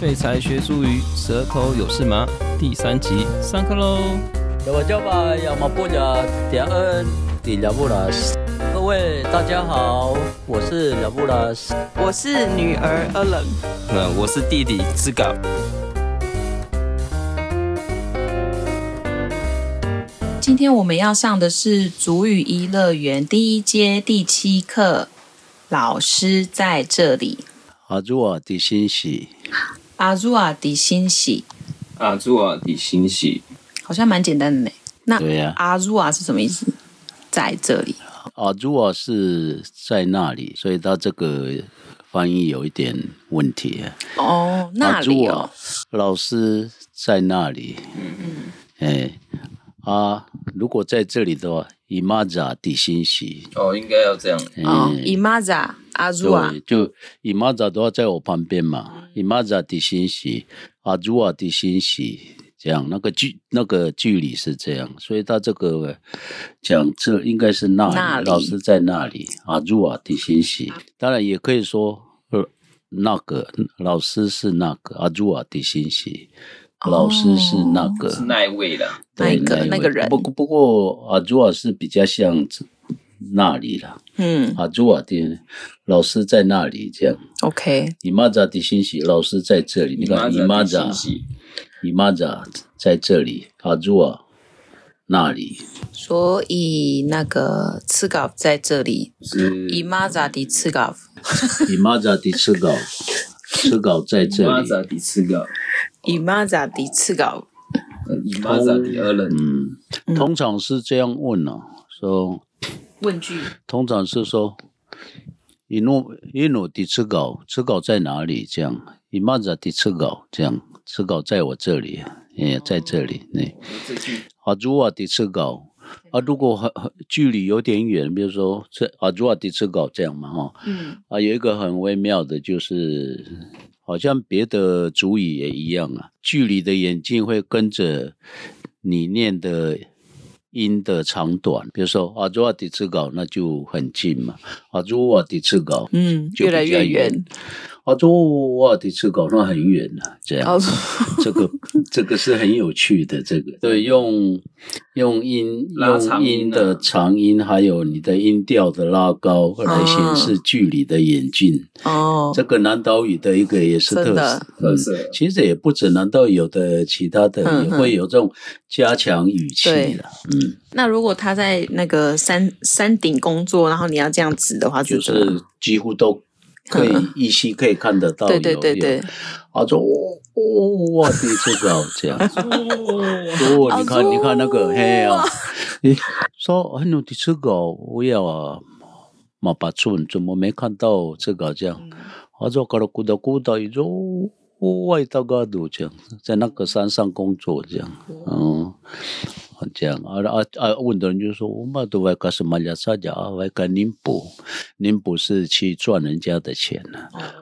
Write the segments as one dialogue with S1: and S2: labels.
S1: 废柴学术语，舌头有事吗？第三集上课喽！
S2: Jawajawa yang mempunyai tiaan di Labulas。各位大家好，我是 Labulas。
S3: 我是女儿阿冷，
S1: 那我是弟弟志嘎，
S3: 今天我们要上的是主语一乐园第一阶第七课，老师在这里。
S2: 阿祖啊，的欣喜，
S3: 阿祖啊，迪欣喜，
S1: 阿朱啊，你欣喜，
S3: 好像蛮简单的呢。那
S2: 对呀
S3: 阿祖啊是什么意思？在这里，
S2: 阿祖啊是在那里，所以他这个翻译有一点问题啊。
S3: 哦，那里
S2: 阿
S3: 哦
S2: 祖，啊，老师在那里。嗯嗯，哎啊，如果在这里的话，伊玛扎的欣喜。
S1: 哦，应该要这样。
S3: 哦
S2: 哎
S3: 伊玛扎阿祖啊，
S2: 对，就姨妈仔都要在我旁边嘛，
S3: 嗯
S2: 姨妈仔的欣喜，阿祖啊的欣喜，这样那个距那个距离是这样，所以他这个讲这应该是那里，
S3: 那里
S2: 老师在那里，阿祖啊的欣喜，当然也可以说呃那个老师是那个阿祖啊的欣喜，
S3: 哦
S2: 老师是那个。
S1: 那一位啦，
S3: 那一个
S2: 对
S3: 那个人
S2: 嗯不过不过阿祖啊是比较像那里了，
S3: 嗯
S2: 阿祖瓦的老师在那里，这样。
S3: ，OK，
S2: 姨妈扎的欣喜，老师在这里。你看，姨妈扎，姨妈扎在这里，阿朱啊那里，
S3: 所以那个次稿在这里，
S1: 是
S3: 伊玛扎迪次稿，
S2: 姨妈扎的赤稿，赤稿在这里。
S1: 迪次个，
S3: 伊玛扎迪次稿，
S4: 呃
S1: 伊玛扎迪二人，
S2: 嗯，通常是这样问哦，说
S3: 问句
S2: 通常是说，一诺一诺的赤稿，赤稿在哪里？这样，姨妈扎的赤稿，这样，赤稿在我这里，也在这里，那、
S1: 这句
S2: 阿朱瓦迪赤稿啊，如果很很距离有点远，比如说啊这阿朱瓦迪赤稿这样嘛哈，
S3: 嗯，
S2: 啊有一个很微妙的就是，好像别的主语也一样啊，距离的眼镜会跟着你念的。音的长短，比如说啊阿朱瓦迪赤稿，那就很近嘛。啊阿朱瓦迪赤稿，
S3: 嗯，
S2: 就
S3: 越来
S2: 比较哦
S3: 越远，
S2: 阿朱瓦迪赤稿，那很远啊，这样。
S3: 哦，
S2: 这个这个是很有趣的，这个对用用音
S1: 拉长
S2: 用
S1: 音啊
S2: 音的长音，还有你的音调的拉高来显示距离的远近，
S3: 哦，
S2: 这个南岛语的一个也是特
S3: 真的
S1: 特
S2: 色。嗯
S1: 色，
S2: 其实也不止南岛语有的其他的
S3: 嗯
S2: 也
S3: 哼
S2: 会有这种加强语气
S3: 对
S2: 的，嗯，
S3: 那如果他在那个山山顶工作，然后你要这样指的话，
S2: 就
S3: 怎么样
S2: 是几乎都可以
S3: 嗯
S2: 依稀可以看得到有，
S3: 对对对对
S2: 有，啊，说哦哦，我的这个这样子，哦，你看你看那个嘿啊，你说哎，你的这个我要啊，马巴寸怎么没看到这个这样？啊，说搞了咕哒咕哒，一说我也到嘎度这样，在那个山上工作这样，嗯。这样啊啊啊！问的人就说：“我们都外干什么呀？啥家啊？外干宁波，宁波是去赚人家的钱呢、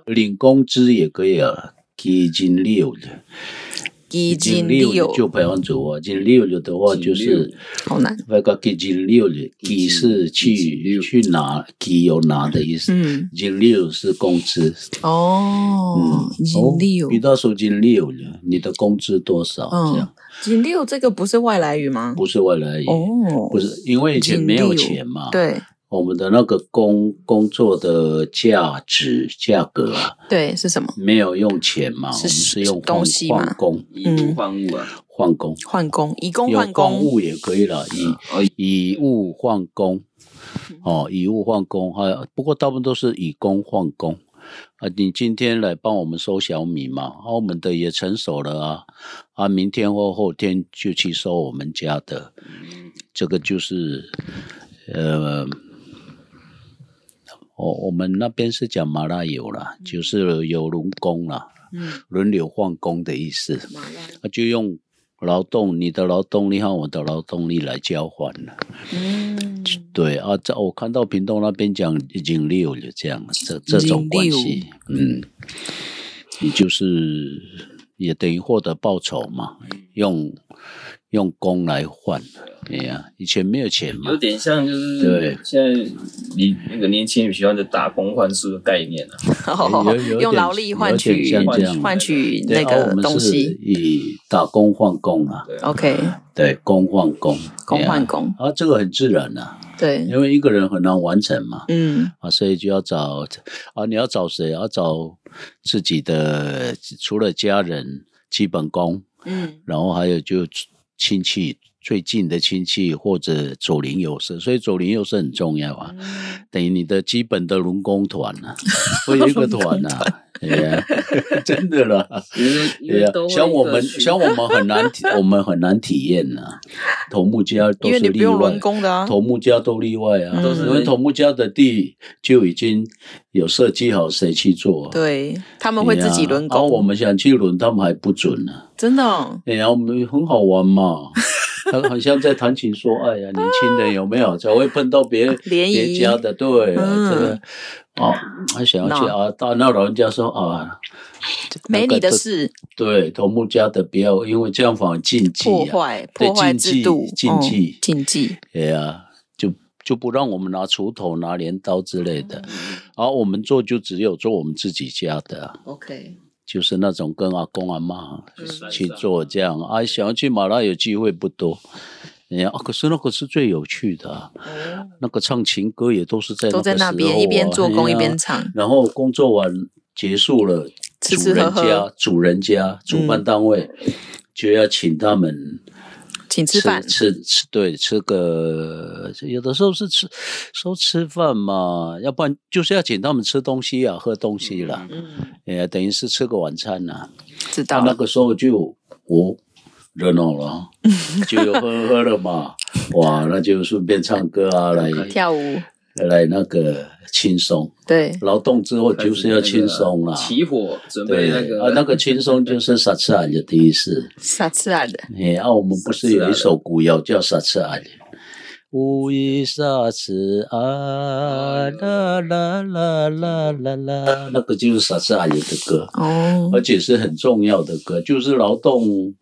S2: 领工资也可以啊，给金六的，
S3: 哦已经
S2: 的就百分之五啊，金六的的话
S1: 金六
S2: 就是
S3: 好难，嗯
S2: 那个给金六的，给是
S1: 金六
S2: 去去拿，给有拿的意思，
S3: 嗯，
S2: 金六是工资，
S3: 哦，
S2: 哦
S3: 金六
S2: 比，到手金六的，你的工资多少？
S3: 嗯
S2: 这样
S3: 金六这个不是外来语吗？
S2: 不是外来语，
S3: 哦，
S2: 不是啊因为以前没有钱嘛，
S3: 对
S2: 我们的那个工工作的价值价格啊，
S3: 对是什么？
S2: 没有用钱嘛，我
S3: 是
S2: 们是用
S3: 东
S2: 换
S3: 西嘛
S2: 换工
S1: 以物换物啊，
S2: 换工，
S3: 换工，以工
S2: 有
S3: 换
S2: 公
S3: 工，嗯哎
S2: 物也可以了，以以物换工，哦，以物换工，还有不过大部分都是以工换工。啊，你今天来帮我们收小米嘛？啊，我们的也成熟了啊，啊，明天或后天就去收我们家的，
S3: 嗯
S2: 这个就是，呃，我我们那边是讲麻辣油啦，就是有轮工啦，
S3: 嗯，
S2: 轮流换工的意思。
S3: 马拉
S2: 那啊就用劳动你的劳动力和我的劳动力来交换了。
S3: 嗯，
S2: 对啊，这我看到屏东那边讲已经六了，这样这这种关系，嗯，你就是也等于获得报酬嘛，用用功来换。哎呀，以前没有钱嘛
S4: 有，点像就是
S2: 对
S4: 现在你那个年轻人喜欢的打工换宿的概念啊，
S2: 有有点
S3: 哦用劳力换取
S2: 有点像
S4: 这样
S3: 换取
S2: 对
S3: 那
S2: 啊
S3: 个
S2: 我
S3: 东
S2: 们是
S3: 西。
S2: 以打工换工啊，
S4: 对啊
S3: OK，
S2: 对，工换工，
S3: 工换
S2: 工
S3: 工，
S2: 啊，这个很自然啊，
S3: 对，
S2: 因为一个人很难完成嘛，
S3: 嗯，
S2: 啊，所以就要找啊，你要找谁？要找自己的，除了家人、基本工，
S3: 嗯，
S2: 然后还有就亲戚最近的亲戚或者左邻右舍，所以左邻右舍很重要啊，
S3: 嗯
S2: 等于你的基本的轮工团啊，我有一 个团啊，哎呀， 真的啦，
S4: 因为因
S2: 对
S4: 为
S2: 呀
S4: 都，会
S2: 像我
S4: 各
S2: 们
S4: 区
S2: 像我们很难 体，我们很难体验呐、啊头目家都
S3: 因为
S2: 是
S3: 你不
S2: 例
S3: 用
S2: 外
S3: 轮，工的啊，
S2: 头目家都例外啊，
S3: 都是
S2: 因为头目家的地就已经有设计好谁去做、啊。
S3: 对他
S2: 对
S3: 们
S2: 呀，
S3: 会自己轮
S2: 然后我
S3: 工，
S2: 们想去轮，他们还不准呢、
S3: 真的哦，
S2: 哎呀，我们很好 玩嘛，他好像在谈情说爱呀、年轻人有没有才会碰到别
S3: 嗯 联
S2: 别
S3: 谊
S2: 家的？对、啊，
S3: 嗯
S2: 这个哦，他想要去
S3: 那
S2: 啊，到那老人家说啊，
S3: 没你
S2: 那个
S3: 的
S2: 都
S3: 事，
S2: 对，头目家的不要，因为这样反而禁忌、
S3: 破
S2: 啊，
S3: 坏
S2: 对
S3: 破坏
S2: 禁
S3: 制
S2: 忌
S3: 度，
S2: 禁
S3: 哦
S2: 忌
S3: 禁忌，
S2: 哎呀、就就不让我们拿锄头、拿镰刀之类
S3: 嗯
S2: 的，而、我们做就只有做我们自己家的啊，
S3: OK，
S2: 就是那种跟阿公阿妈
S4: 去
S3: 嗯
S4: 山上
S2: 去做这样啊，想要去马拉有机会不多。哎呀、啊可是那个是最有趣的、啊，那个唱情歌也都是在
S3: 哦都
S2: 个
S3: 在
S2: 时候、
S3: 那
S2: 啊、
S3: 边一边做工
S2: 哎
S3: 一
S2: 呀
S3: 边唱，
S2: 然后工作完结束了，
S3: 吃
S2: 主
S3: 吃喝嗯
S2: 人
S3: 喝
S2: 家、主人家、主办单位就要请他们
S3: 请吃饭，
S2: 吃吃对，吃个有的时候是吃说吃饭嘛，要不然就是要请他们吃东西啊，喝东西啦，
S3: 嗯，
S2: 哎呀，等于是吃个晚餐呐、
S3: 知
S2: 到
S3: 道
S2: 啊那
S3: 了，
S2: 个时候就哦热闹了，就有喝喝了嘛，哇，那就顺便唱歌啊，来
S3: 跳舞，
S2: 来那个轻松，
S3: 对，
S2: 劳动之后
S4: 开始
S2: 就是要轻松啦。
S4: 起火准备
S2: 对
S4: 那个
S2: 啊，那个轻松就是撒次安的第一次。
S3: 啥吃啊的，
S2: 哎，啊，我们不是有一首古谣叫《撒次安》？乌衣撒次安，啦啦啦啦啦啦，那个就是撒次安的歌，
S3: 哦，
S2: 而且是很重要的歌，就是劳动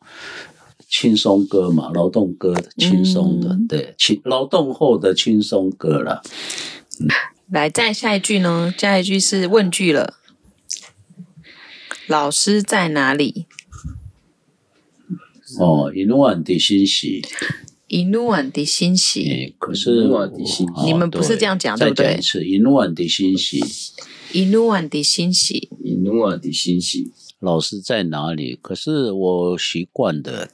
S2: 轻松歌嘛，劳动歌轻松的，
S3: 嗯
S2: 对，轻劳动后的轻松歌了。
S3: 来，再下一句呢？下一句是问句了。老师在哪里？
S2: 哦，一万的欣喜，
S3: 一怒晚的欣喜，
S2: 哎，可是
S4: 一万的欣喜
S2: 哦
S3: 你们不是
S2: 对
S3: 这样讲对不对
S2: 再讲一次，一万的欣喜。
S3: 一怒晚的欣喜，
S4: 以努瓦的欣喜，
S2: 老师在哪里？可是我习惯的，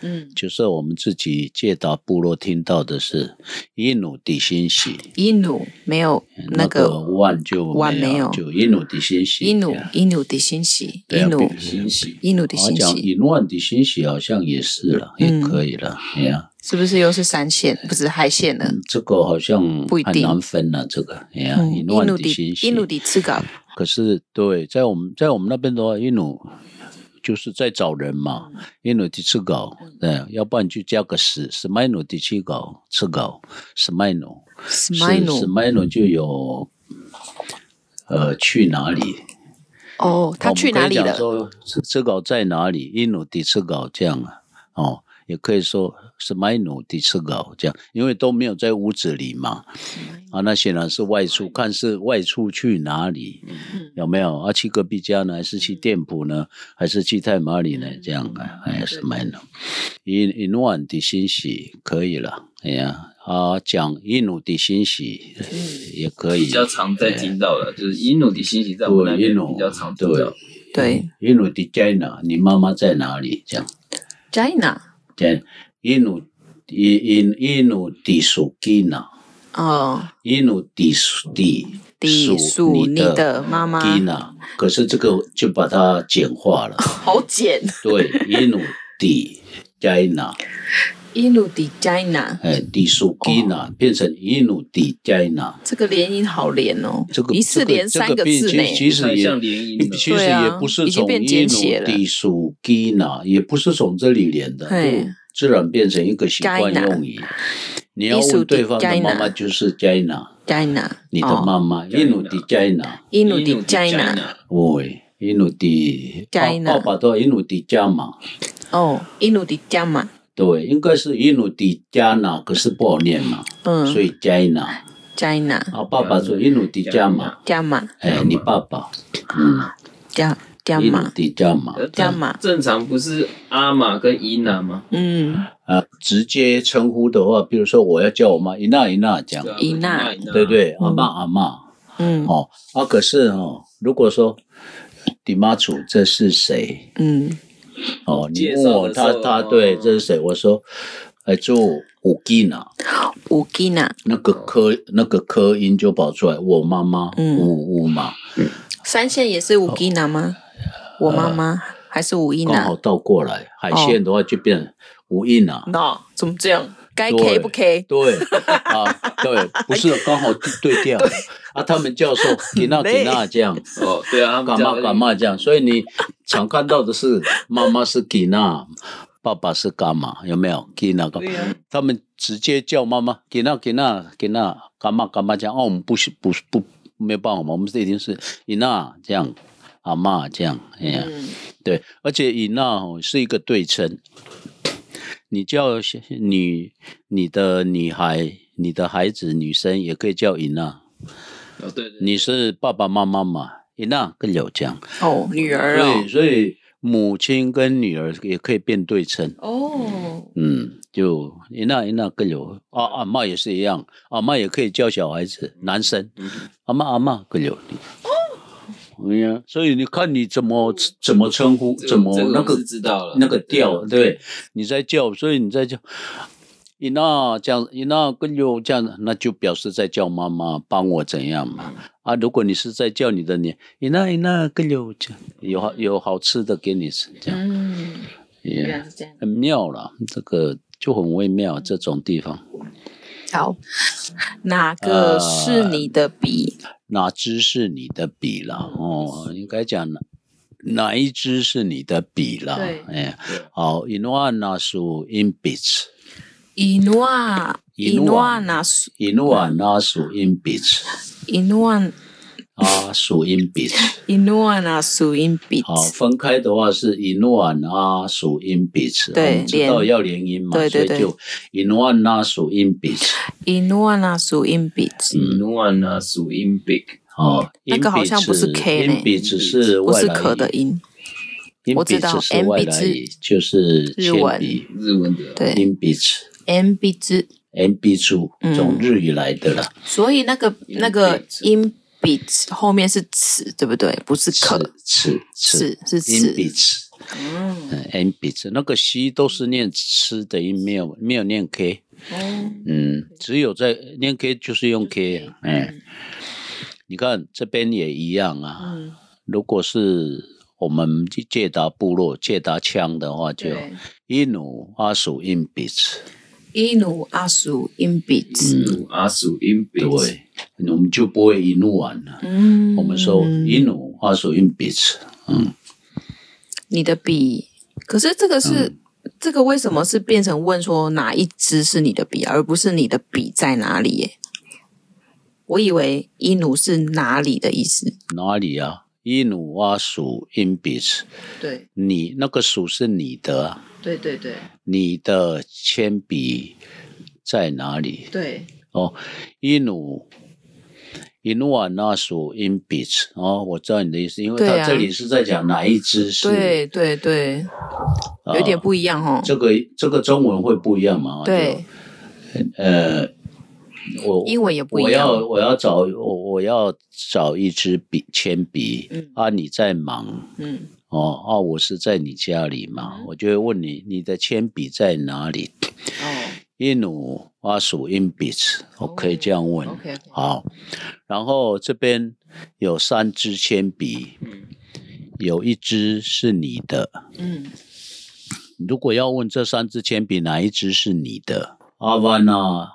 S3: 嗯，
S2: 就是我们自己借达部落听到的是“一努底欣喜
S3: 一努没有”，那
S2: 那
S3: 个
S2: 万就
S3: 万没有
S2: 就一努底欣喜。
S3: 一努一努的欣喜，
S2: 啊对
S3: 一
S2: 啊
S3: 努
S2: 比
S4: 欣喜，
S3: 一努的
S2: 好
S3: 欣
S2: 像讲
S3: 喜，
S2: 一万底欣喜好像也是了，
S3: 嗯
S2: 也可以了。哎呀，
S3: 是不是又是三线？不是海线了。
S2: 这个好像
S3: 不一定
S2: 很难分了。这个哎呀，
S3: 嗯，
S2: 一
S3: 一
S2: 万
S3: 努
S2: 底
S3: 的
S2: 欣喜
S3: 一。努的吃稿，
S2: 可是对，在我们在我们那边的话，一努。就是在找人嘛，一努第次搞，对，哎要不然就加个十，十麦努第七搞，次搞，十麦努，
S3: 什么
S2: 是史
S3: 努？
S2: 迈诺就有，呃，去哪里？
S3: 哦，他去哪里
S2: 我们可以讲
S3: 了？
S2: 说赤稿在哪里？印努迪赤稿这样啊，哦，也可以说史迈努迪赤稿这样，因为都没有在屋子里嘛。啊，那显然是外出，看是外出去哪里，
S3: 嗯
S2: 有没有？啊，去隔壁家呢，还是去店铺呢，还是去泰马里呢？
S3: 嗯
S2: 这样啊，哎，史迈努，一一万的欣喜可以了，哎呀。啊，讲印努的欣喜
S3: 嗯
S2: 也可以，
S4: 比较常在听到的，就是以努的欣喜在我们那
S2: 对，
S4: 边
S2: 印努
S4: 比较常听
S2: 对
S4: 到，，
S3: 对
S2: 印努的在哪？你妈妈在哪里？这样，
S3: ，China，
S2: 在印努印印印努的属吉呢？
S3: 哦，
S2: 印努的属的
S3: 地属
S2: 你
S3: 你的妈妈，
S2: 吉呢？可是这个就把它简化了，
S3: 好简。
S2: 对，印努的在哪？
S3: 一路的 China，
S2: 哎，的属吉呢变成印努的在哪？
S3: 这个连音好连哦，
S2: 这个
S3: 一次连三
S2: 个
S3: 字呢。
S2: 其实
S4: 太
S2: 也
S4: 像联姻了
S2: 其实
S3: 对啊
S2: 也不是
S3: 已经
S2: 从
S3: 变
S2: 印
S3: 简写
S2: 度
S3: 了
S2: 地属基纳，也不是从这里连的，
S3: 嘿
S2: 就自然变成一个习惯
S3: China
S2: 用语。你要
S3: 印度的
S2: 问
S3: 哦
S2: 对方的妈
S3: China
S2: 妈就是 China，
S3: China，
S2: 你的妈妈印度的 China，
S3: 一路
S4: 以
S3: 的
S4: 努
S3: China，
S2: 喂，印度的
S3: China
S2: 爸爸都印度的家嘛，
S3: 哦，一路的 Jama，
S2: 对，应该是印度的加纳，可是不好念嘛，
S3: 嗯
S2: 所以 China。
S3: ，China
S2: 啊，爸爸是印度的加嘛，
S3: 加马
S2: 哎，你爸爸，嗯，
S3: 加加
S2: 印度
S3: 马
S2: 的加嘛，
S3: 加马，
S4: 正常不是阿玛跟伊娜吗？
S3: 嗯，
S2: 啊，直接称呼的话，比如说我要叫我妈伊娜伊娜这样，
S4: 对啊
S3: 伊娜
S2: 对不，对？
S3: 嗯
S2: 阿妈阿妈，
S3: 嗯
S2: 哦，啊，可是哦，如果说你妈祖这是谁？
S3: 嗯
S2: 哦，你
S4: 介
S2: 问
S4: 绍
S2: 我
S4: 的时
S2: 他
S4: 候
S2: 他
S4: 哦
S2: 对这是谁？我说，哎，住五吉呢，
S3: 乌吉娜
S2: 那个
S4: 哦
S2: 科那个科音就跑出来，我妈妈，
S3: 嗯
S2: 五五嘛，
S3: 三线也是乌吉娜吗？我妈妈还是五一啊
S2: 刚
S3: 娜
S2: 好倒过来，海鲜的话就变五印呢。
S3: ？No，怎么这样？该
S2: 对
S3: K 不 K？
S2: 对 啊，对，不是刚好对调啊。他们教授 给那给那这样，
S4: 哦，对啊，
S2: 干嘛干嘛这样，所以你常看到的是 妈妈是给那，爸爸是干嘛？有没有给那个？他们直接叫妈妈给那给那给那干嘛干嘛这样？哦，我们不是不是不没办法嘛，我们这一定是伊娜这样，阿妈这样，哎呀、
S3: 嗯
S2: 对，而且以那哦是一个对称，你叫小你你的女孩、你的孩子女生也可以叫以娜，
S4: 哦对对，
S2: 你是爸爸妈妈嘛，以娜跟柳江，
S3: 哦，女
S2: 所
S3: 儿哦
S2: 以，所以母亲跟女儿也可以变对称，
S3: 哦，
S2: 嗯，就以娜以娜跟柳啊阿妈也是一样，阿妈也可以叫小孩子男生，
S4: 嗯
S2: 阿妈阿妈跟柳。哎呀，所以你看你怎么怎么称呼，
S4: 哦这
S2: 怎么
S4: 这
S2: 那
S4: 我
S2: 个
S4: 是知道了啊
S2: 那个调，对，你在叫，所以你在叫。伊娜这样，伊娜跟有这样，那就表示在叫妈妈帮我怎样嘛。啊，如果你是在叫你的你，伊娜伊娜跟有这样，有好有好吃的给你吃，这样、
S3: 嗯，
S2: 也
S3: 原来是这样。
S2: 很妙啦，这个就很微妙这种地方。
S3: 好，哪个是你的笔？
S2: 哪支是你的笔啦？哦，应该讲哪哪一支是你的笔啦
S3: 对？
S2: 哎
S4: 对，
S2: 好，in one 呢属 in bits。
S3: 伊诺啊，伊诺啊，
S2: Inua
S3: 那是
S2: 印度啊，那属音比子
S3: 伊诺啊，
S2: 啊，属 音比子。
S3: 伊诺啊，那属音笔。
S2: 好，啊分开的话是以诺安啊属音比子，
S3: 对
S2: 我们哦知道要连音嘛，
S3: 对对对
S2: 所以就以诺安啊属音比子。
S3: 伊诺啊，那属音笔。
S4: 伊诺娜
S2: 嗯
S4: 属音 big，
S2: 哦，
S3: 那个好像不是 K 呢
S2: 音比子是
S3: 不
S2: 外
S3: 是
S2: 来
S3: 可的
S2: 语，
S3: 音，
S2: 音
S3: 我
S2: 比
S3: 知
S2: 子
S3: 道
S2: 是外来
S3: M，比
S2: 语就是
S3: 日文
S2: 铅笔
S4: 日文的
S3: 对
S2: 音比子。
S3: ，m 笔字，
S2: M B 出
S3: 嗯
S2: 从日语来的啦，
S3: 所以那个那个音笔后面是齿，对不对？不是可，
S2: 吃
S3: 齿
S2: 吃
S3: 是
S2: 音比
S3: 齿。
S2: 子，
S3: 嗯，
S2: 嗯，M B 子那个西都是念吃的音，没有没有念 K。
S3: 哦，
S2: 嗯，只有在念 K 就是用 K，嗯，你看这边也一样啊。
S3: 嗯，
S2: 如果是我们借达部落借达腔的话，就
S3: 对，
S2: 印努阿属印比子，
S3: 伊努啊，属音笔。
S4: 印阿属音 big，
S2: 嗯对，我们就不会一怒完了。
S3: 嗯，
S2: 我们说印努阿属印比子，嗯，
S3: 你的笔，可是这个是、这个为什么是变成问说哪一支是你的笔，而不是你的笔在哪里耶？我以为伊努是哪里的意思。
S2: 哪里啊？印努阿属印比子，
S3: 对
S2: 你那个属是你的啊，
S3: 对对对
S2: 你的铅笔在哪里？
S3: 对，
S2: 哦，伊努伊努瓦纳属因比兹哦，我知道你的意思，因为
S3: 对
S2: 他
S3: 啊
S2: 这里是在讲哪一支是，
S3: 对对对，
S2: 啊
S3: 有点不一样哦。
S2: 这个这个中文会不一样嘛？
S3: 对，
S2: 就，呃，我
S3: 英文也不一
S2: 我
S3: 样
S2: 要我要找我我要找一支笔铅笔，
S3: 嗯
S2: 啊，你在忙。
S3: 嗯
S2: 哦啊，我是在你家里嘛，我就会问你，你的铅笔在哪里？
S3: 哦
S2: 印努阿属印比兹，我可以这样问。
S3: ，OK，
S2: 好，然后这边有三支铅笔，
S4: 嗯
S2: 有一支是你的。
S3: 嗯
S2: 如果要问这三支铅笔哪一支是你的，阿万啊，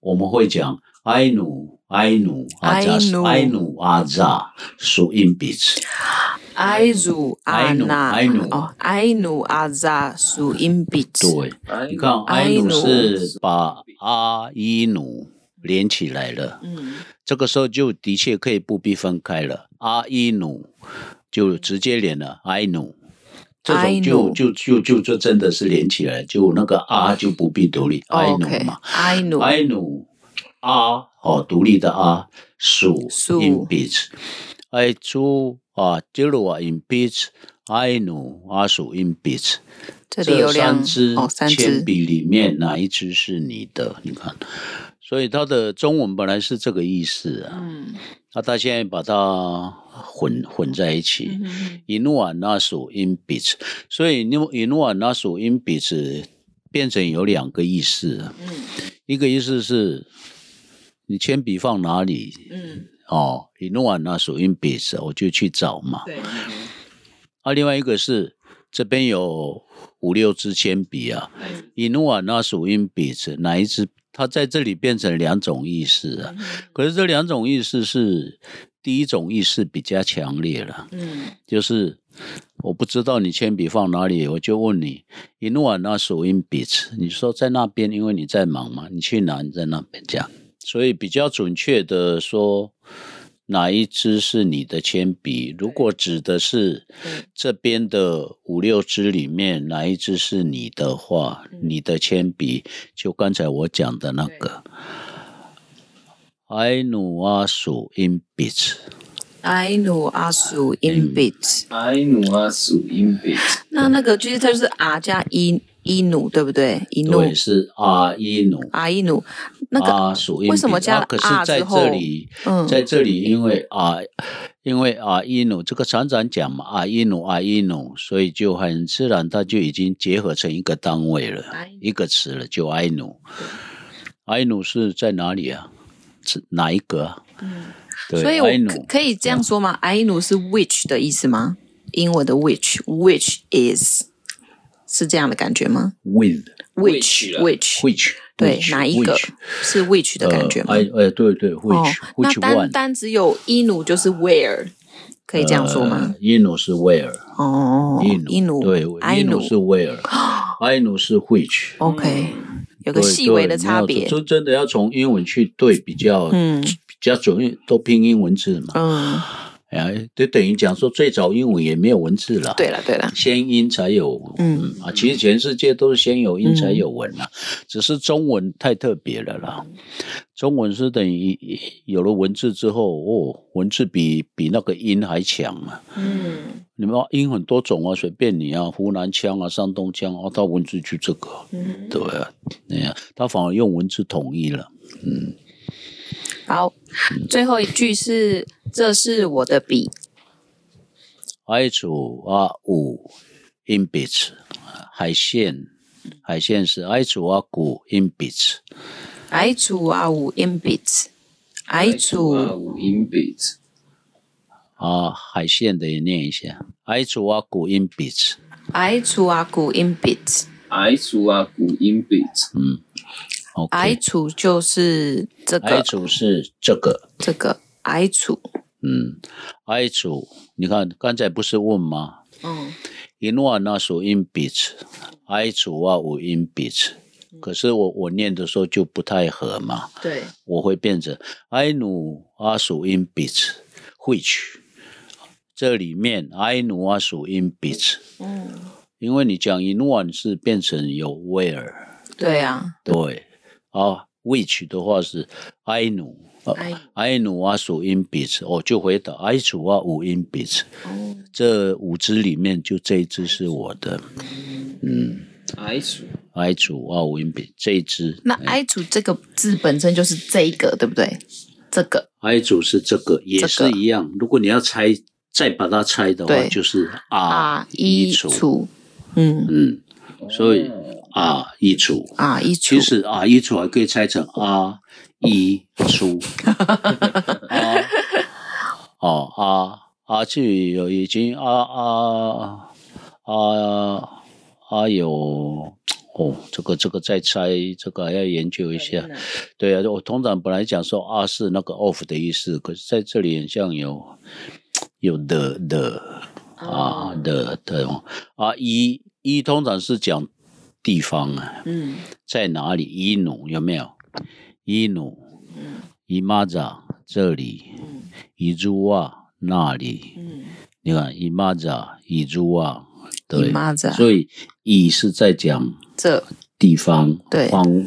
S2: 我们会讲埃努埃努阿扎
S3: 埃努
S2: 埃努阿扎属印比兹，
S3: 埃鲁阿纳，
S2: 埃努埃努
S3: 哦，埃努阿扎属音笔。
S2: 对，
S4: 哎
S2: 你看
S3: 埃
S2: 埃努
S3: 努
S2: 是把阿伊努连起来了。
S3: 嗯，
S2: 这个时候就的确可以不必分开了。阿伊努就直接连了，埃努这种就
S3: Ainu
S2: 就就就就真的是连起来，就那个啊就不必独立，爱奴
S3: 哦，OK，
S2: 嘛，
S3: 爱努
S2: 爱奴啊哦，独立的啊，属
S3: 属
S2: in beach，爱猪啊，杰鲁啊 in beach，爱奴啊属 in beach，
S3: 这里有两
S2: 三支
S3: 哦，三
S2: 铅
S3: 只
S2: 笔里面哪一支是你的？ 你看，所以它的中文本来是这个意思啊，
S3: 嗯，
S2: 那他现在把它混混在一起。
S3: 嗯哼
S2: 一诺瓦那属因比兹，所以诺一诺瓦那属因比兹变成有两个意思，
S3: 嗯
S2: 一个意思是你铅笔放哪里
S3: 嗯，
S2: 哦，一诺瓦那属因比兹，我就去找嘛。
S3: 对，
S2: 啊，另外一个是这边有五六支铅笔啊，一诺瓦那属因比兹哪一支？它在这里变成两种意思啊，可是这两种意思是第一种意思比较强烈了。
S3: 嗯
S2: 就是我不知道你铅笔放哪里，我就问你，一诺瓦那属因比兹，你说在那边，因为你在忙嘛，你去哪？你在那边这样，所以比较准确的说。哪一支是你的铅笔？如果指的是这边的五六支里面哪一支是你的话，你的铅笔就刚才我讲的那个。埃努阿属因比兹，
S3: 爱努阿属 in bit，
S4: 埃努阿属因比，
S3: 那那个其实它就是 R 加一一努，对不对？一努
S2: 对，是阿伊努。
S3: R 一努，那
S2: 啊，
S3: 个
S2: 属阴
S3: 为什么
S2: 比
S3: 加
S2: 啊？可
S3: 啊
S2: 是在
S3: 之后
S2: 这里，
S3: 嗯
S2: 在这里，因为啊，因为啊，伊努这个厂长讲嘛，啊，伊努啊，伊努，所以就很自然，它就已经结合成一个单位了
S3: 哎，
S2: 一个词了，就埃努。埃努是在哪里啊？是哪一个、啊？对，
S3: 嗯所以我
S2: 埃努
S3: 可可以这样说吗？爱努是 which 的意思吗？英文的 which，which is 是这样的感觉吗
S2: with
S4: Which 啦
S3: which
S2: which
S3: 对
S2: which-
S3: 哪一个
S2: which，
S3: 是 which 的感觉吗
S2: 呃？哎哎，对对
S3: 哦
S2: ，which，
S3: 那
S2: which
S3: 单
S2: one？
S3: 单只有伊努就是 where，可以这样说吗？
S2: 呃？伊努是 where？
S3: 哦，伊
S2: 印
S3: 努
S2: 对，
S3: 埃
S2: 印 是 where，埃努是 which，
S3: OK，有个
S2: 嗯对
S3: 细微的
S2: 对
S3: 差
S2: 没有
S3: 别。
S2: 就真的要从英文去对比较，
S3: 嗯
S2: 比较准，因为都拼音文字嘛，
S3: 嗯，
S2: 哎，就等于讲说最早英文也没有文字了，
S3: 对了对了，
S2: 先音才有，
S3: 嗯
S2: 啊，其实全世界都是先有音才有文啦，只是中文太特别了啦。中文是等于有了文字之后，哦，文字比比那个音还强啊。
S3: 嗯
S2: 你们音很多种啊，随便你啊，湖南腔啊，山东腔啊，他文字就这个，
S3: 嗯，
S2: 对啊，哎呀，他反而用文字统一了。
S3: 好，最后一句是这是我的笔，
S2: 海主啊五 in bits，海线，海线是海主啊古 in bits，
S3: I 主啊五 in bits。I
S4: 阿
S3: 主
S4: 五因比，
S2: 啊，海线的也念一下，海主啊古 in bits，
S3: I 主啊古 in bits。
S4: 埃属阿古因比，
S2: 嗯
S3: I
S2: ，OK，
S3: 主就是这
S2: 海
S3: 个
S2: 主是这个，
S3: 这个 I 主，
S2: 嗯，海主，你看刚才不是问吗？
S3: 嗯
S2: 一诺那属 in bits，海主啊五 in bits，可是我我念的时候就不太合嘛，
S3: 对，
S2: 我会变成 I 努阿属因比兹 which 这里面 I 努阿属因比兹，
S3: 嗯
S2: 因为你讲 in one 是变成有 where
S3: 对啊
S2: 对啊，which 的话是 I 努。
S3: ，I
S2: 埃努阿属因比兹，我哦就回答埃楚阿五因比兹，
S3: 哦
S2: 这五只里面就这一只是我的，
S4: 埃属
S2: 埃楚阿啊五因比这一只，
S3: 那 I 主这个字本身就是这一个，对不对？这个
S2: 埃楚是这个也
S3: 这个
S2: 是一样，如果你要拆再把它拆的话，
S3: 对
S2: 就是
S3: 啊
S2: 啊，
S3: 一
S2: 楚，
S3: 楚，嗯
S2: 嗯，所以
S4: 哦
S2: 啊一除，
S3: 啊一楚
S2: 其，实啊一除还可以拆成啊一出，啊哦啊啊去有已经啊啊啊啊有哦，这个这个再拆这个还要研究一下。对啊，我通常本来讲说啊是那个 off 的意思，可是在这里很像有有的的啊的的哦啊一一通常是讲地方啊，
S3: 嗯
S2: 在哪里？伊努有没有？伊努，伊玛扎这里，啊伊朱瓦那里。
S3: 嗯
S2: 你看伊玛扎、伊朱瓦啊对，
S3: 妈子，
S2: 所以乙是在讲
S3: 这
S2: 地方，
S3: 对
S2: 方，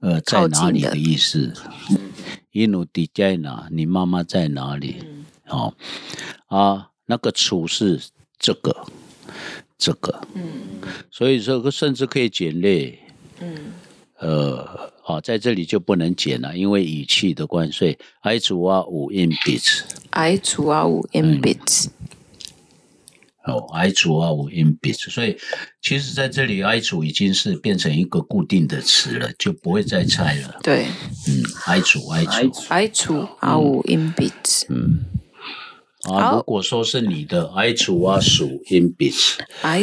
S2: 呃，在
S3: 靠近
S2: 哪里
S3: 的
S2: 的意思。一努底在哪？你妈妈在哪里？
S3: 嗯
S2: 好、啊，那个处是这个，这个，
S3: 嗯
S2: 所以这个甚至可以简略，
S3: 嗯
S2: 呃，好、在这里就不能简了，因为语气的关税。I 主啊五 in bits，
S3: ，i 除啊五
S2: 哎
S3: m bits，
S2: 哦，I 主啊五 in bits，所以其实在这里 I 主已经是变成一个固定的词了，就不会再猜了。
S3: 对
S2: 嗯，I 主 I
S4: 哎
S2: 主，
S3: ，i 除
S2: 嗯
S3: 啊五 m bits，i
S2: 啊，
S3: 好
S2: 如果说是你的 I 主啊属 in bits，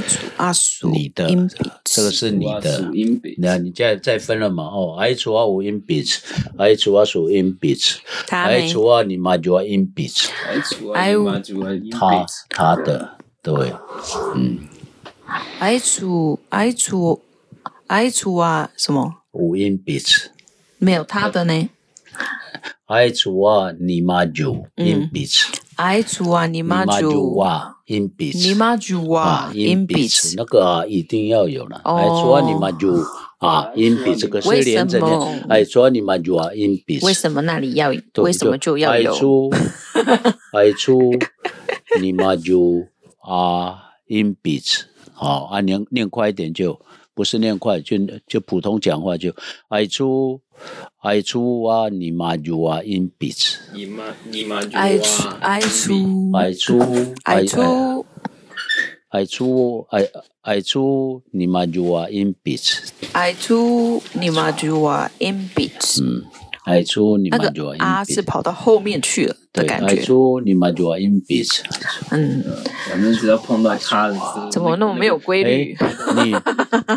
S3: 除啊数
S2: 你的
S3: m
S2: 这个
S3: bits，
S2: 是你
S4: 哇
S2: 的
S4: 属。阴北
S2: 那你再再分了嘛？哦，I 主啊五 in bits，I 主啊属 in bits。
S3: 他
S2: 哎，
S3: 没
S2: 主啊，你妈就要硬币，
S4: 哎主啊
S3: 哎
S4: 你妈主啊阴
S2: 他
S4: 北
S2: 他的对，
S3: ，i 除 i 除 i 除啊什么？
S2: 五硬币。
S3: 没有他的呢
S2: 哎，主啊，你妈就硬币，
S3: ，i 除啊你
S2: 你
S3: 妈
S2: 妈就
S3: 就
S2: 哇硬币，
S3: 你妈就哇
S2: 啊
S3: m
S2: 硬币
S3: bits，
S2: 那个啊一定要有了。
S3: 哦
S2: 哎，主啊，你妈就啊硬币，这个是
S3: 为什
S2: 连着
S3: 么
S2: 的。哎，主啊，你妈就啊硬币，
S3: 为什么那里要
S2: 对不对
S3: 为什么就要
S2: 哎
S3: 有？
S2: 主，哎主，你妈就啊硬币，好啊，念念快一点就。不是念快，就就普通讲话就，哎出，哎出啊，你妈就啊，硬币，
S4: 你妈你妈就
S3: 爱除
S4: 哇
S3: 爱除
S2: 哎出，
S3: 爱除
S2: 哎出，哎哎出，你妈就啊，硬币，
S3: 爱除你妈就哇 m bits，
S2: 嗯，哎出，你
S3: 那
S2: 妈
S3: 个
S2: 就啊，
S3: 啊
S2: 硬
S3: 是
S2: 币，
S3: 跑到后面去了的
S2: 对，
S3: 感
S2: 哎
S3: 觉，
S2: 出，你妈就啊，硬币。
S3: 嗯，
S4: 反正只要碰到他的时候，
S3: 怎么那么没有规律？
S2: 哎，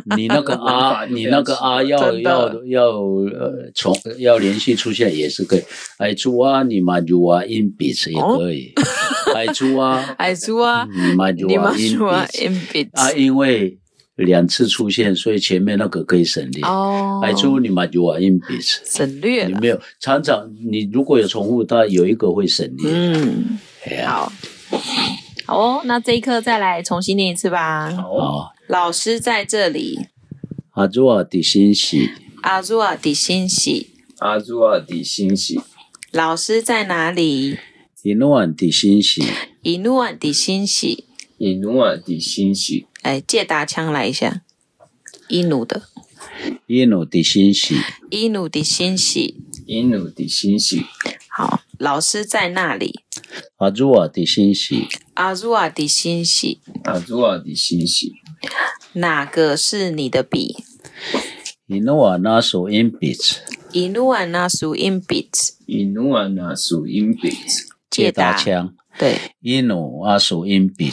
S2: 你你那个啊，你那个啊，要
S3: 真
S2: 要
S3: 的
S2: 要呃，从要连续出现也是可以。哎，猪啊，你妈猪啊，硬币也
S3: 哦
S2: 可以。哎，猪啊，
S3: 爱除啊
S2: 你妈猪
S3: 你妈
S2: 啊，硬
S3: 就哇
S2: 币
S3: m
S2: 啊，
S3: bits，
S2: 因为两次出现，所以前面那个可以省略。
S3: 哦，
S2: 哎，猪你妈猪啊，硬币。
S3: 省略
S2: 你
S3: 了，
S2: 没有，常常你如果有重复，它有一个会省略。
S3: 嗯，
S2: 哎呀，
S3: 好。好哦，那这一课再来重新念一次吧。
S4: 好，
S2: 好，
S3: 老师在这里，
S2: 阿猪啊，的欣喜，
S3: 阿祖啊，底欣喜。
S4: 阿朱啊底欣喜，
S3: 老师在哪里？
S2: 伊诺安的欣喜。
S3: 伊努啊，底欣喜。
S4: 以努啊底欣喜，
S3: 哎，借打枪来一下。伊努的，
S2: 耶努的欣喜，
S3: 伊努的欣喜。
S4: 以努底欣喜，
S3: 好，老师在那里。
S2: 阿祖瓦的欣喜，
S3: 阿祖瓦的欣喜，
S4: 阿朱啊底欣喜，
S3: 哪个是你的笔？
S2: 伊诺瓦那首音笔，
S3: 伊努安啊那苏因笔，
S4: 以努啊那属阴北，
S2: 借
S3: 借
S2: 大
S3: 打。
S2: 枪，
S3: 对，
S2: 伊努阿首音笔，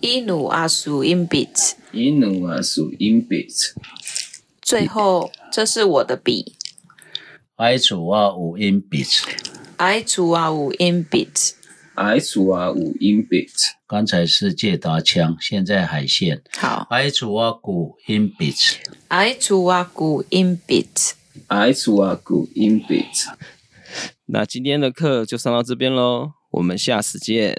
S3: 伊努阿苏因笔。
S4: 以努啊属阴北，
S3: 最后，这是我的笔。
S2: 埃祖瓦五音笔。
S3: I 祖啊五因笔。
S4: 阿朱啊五阴北，
S2: 刚才是借达枪，现在海线。
S3: 好
S2: 埃祖瓦古音笔，
S3: ，I 祖啊古因笔。
S4: 阿朱啊古阴北。
S1: 那今天的课就上到这边喽，我们下次见。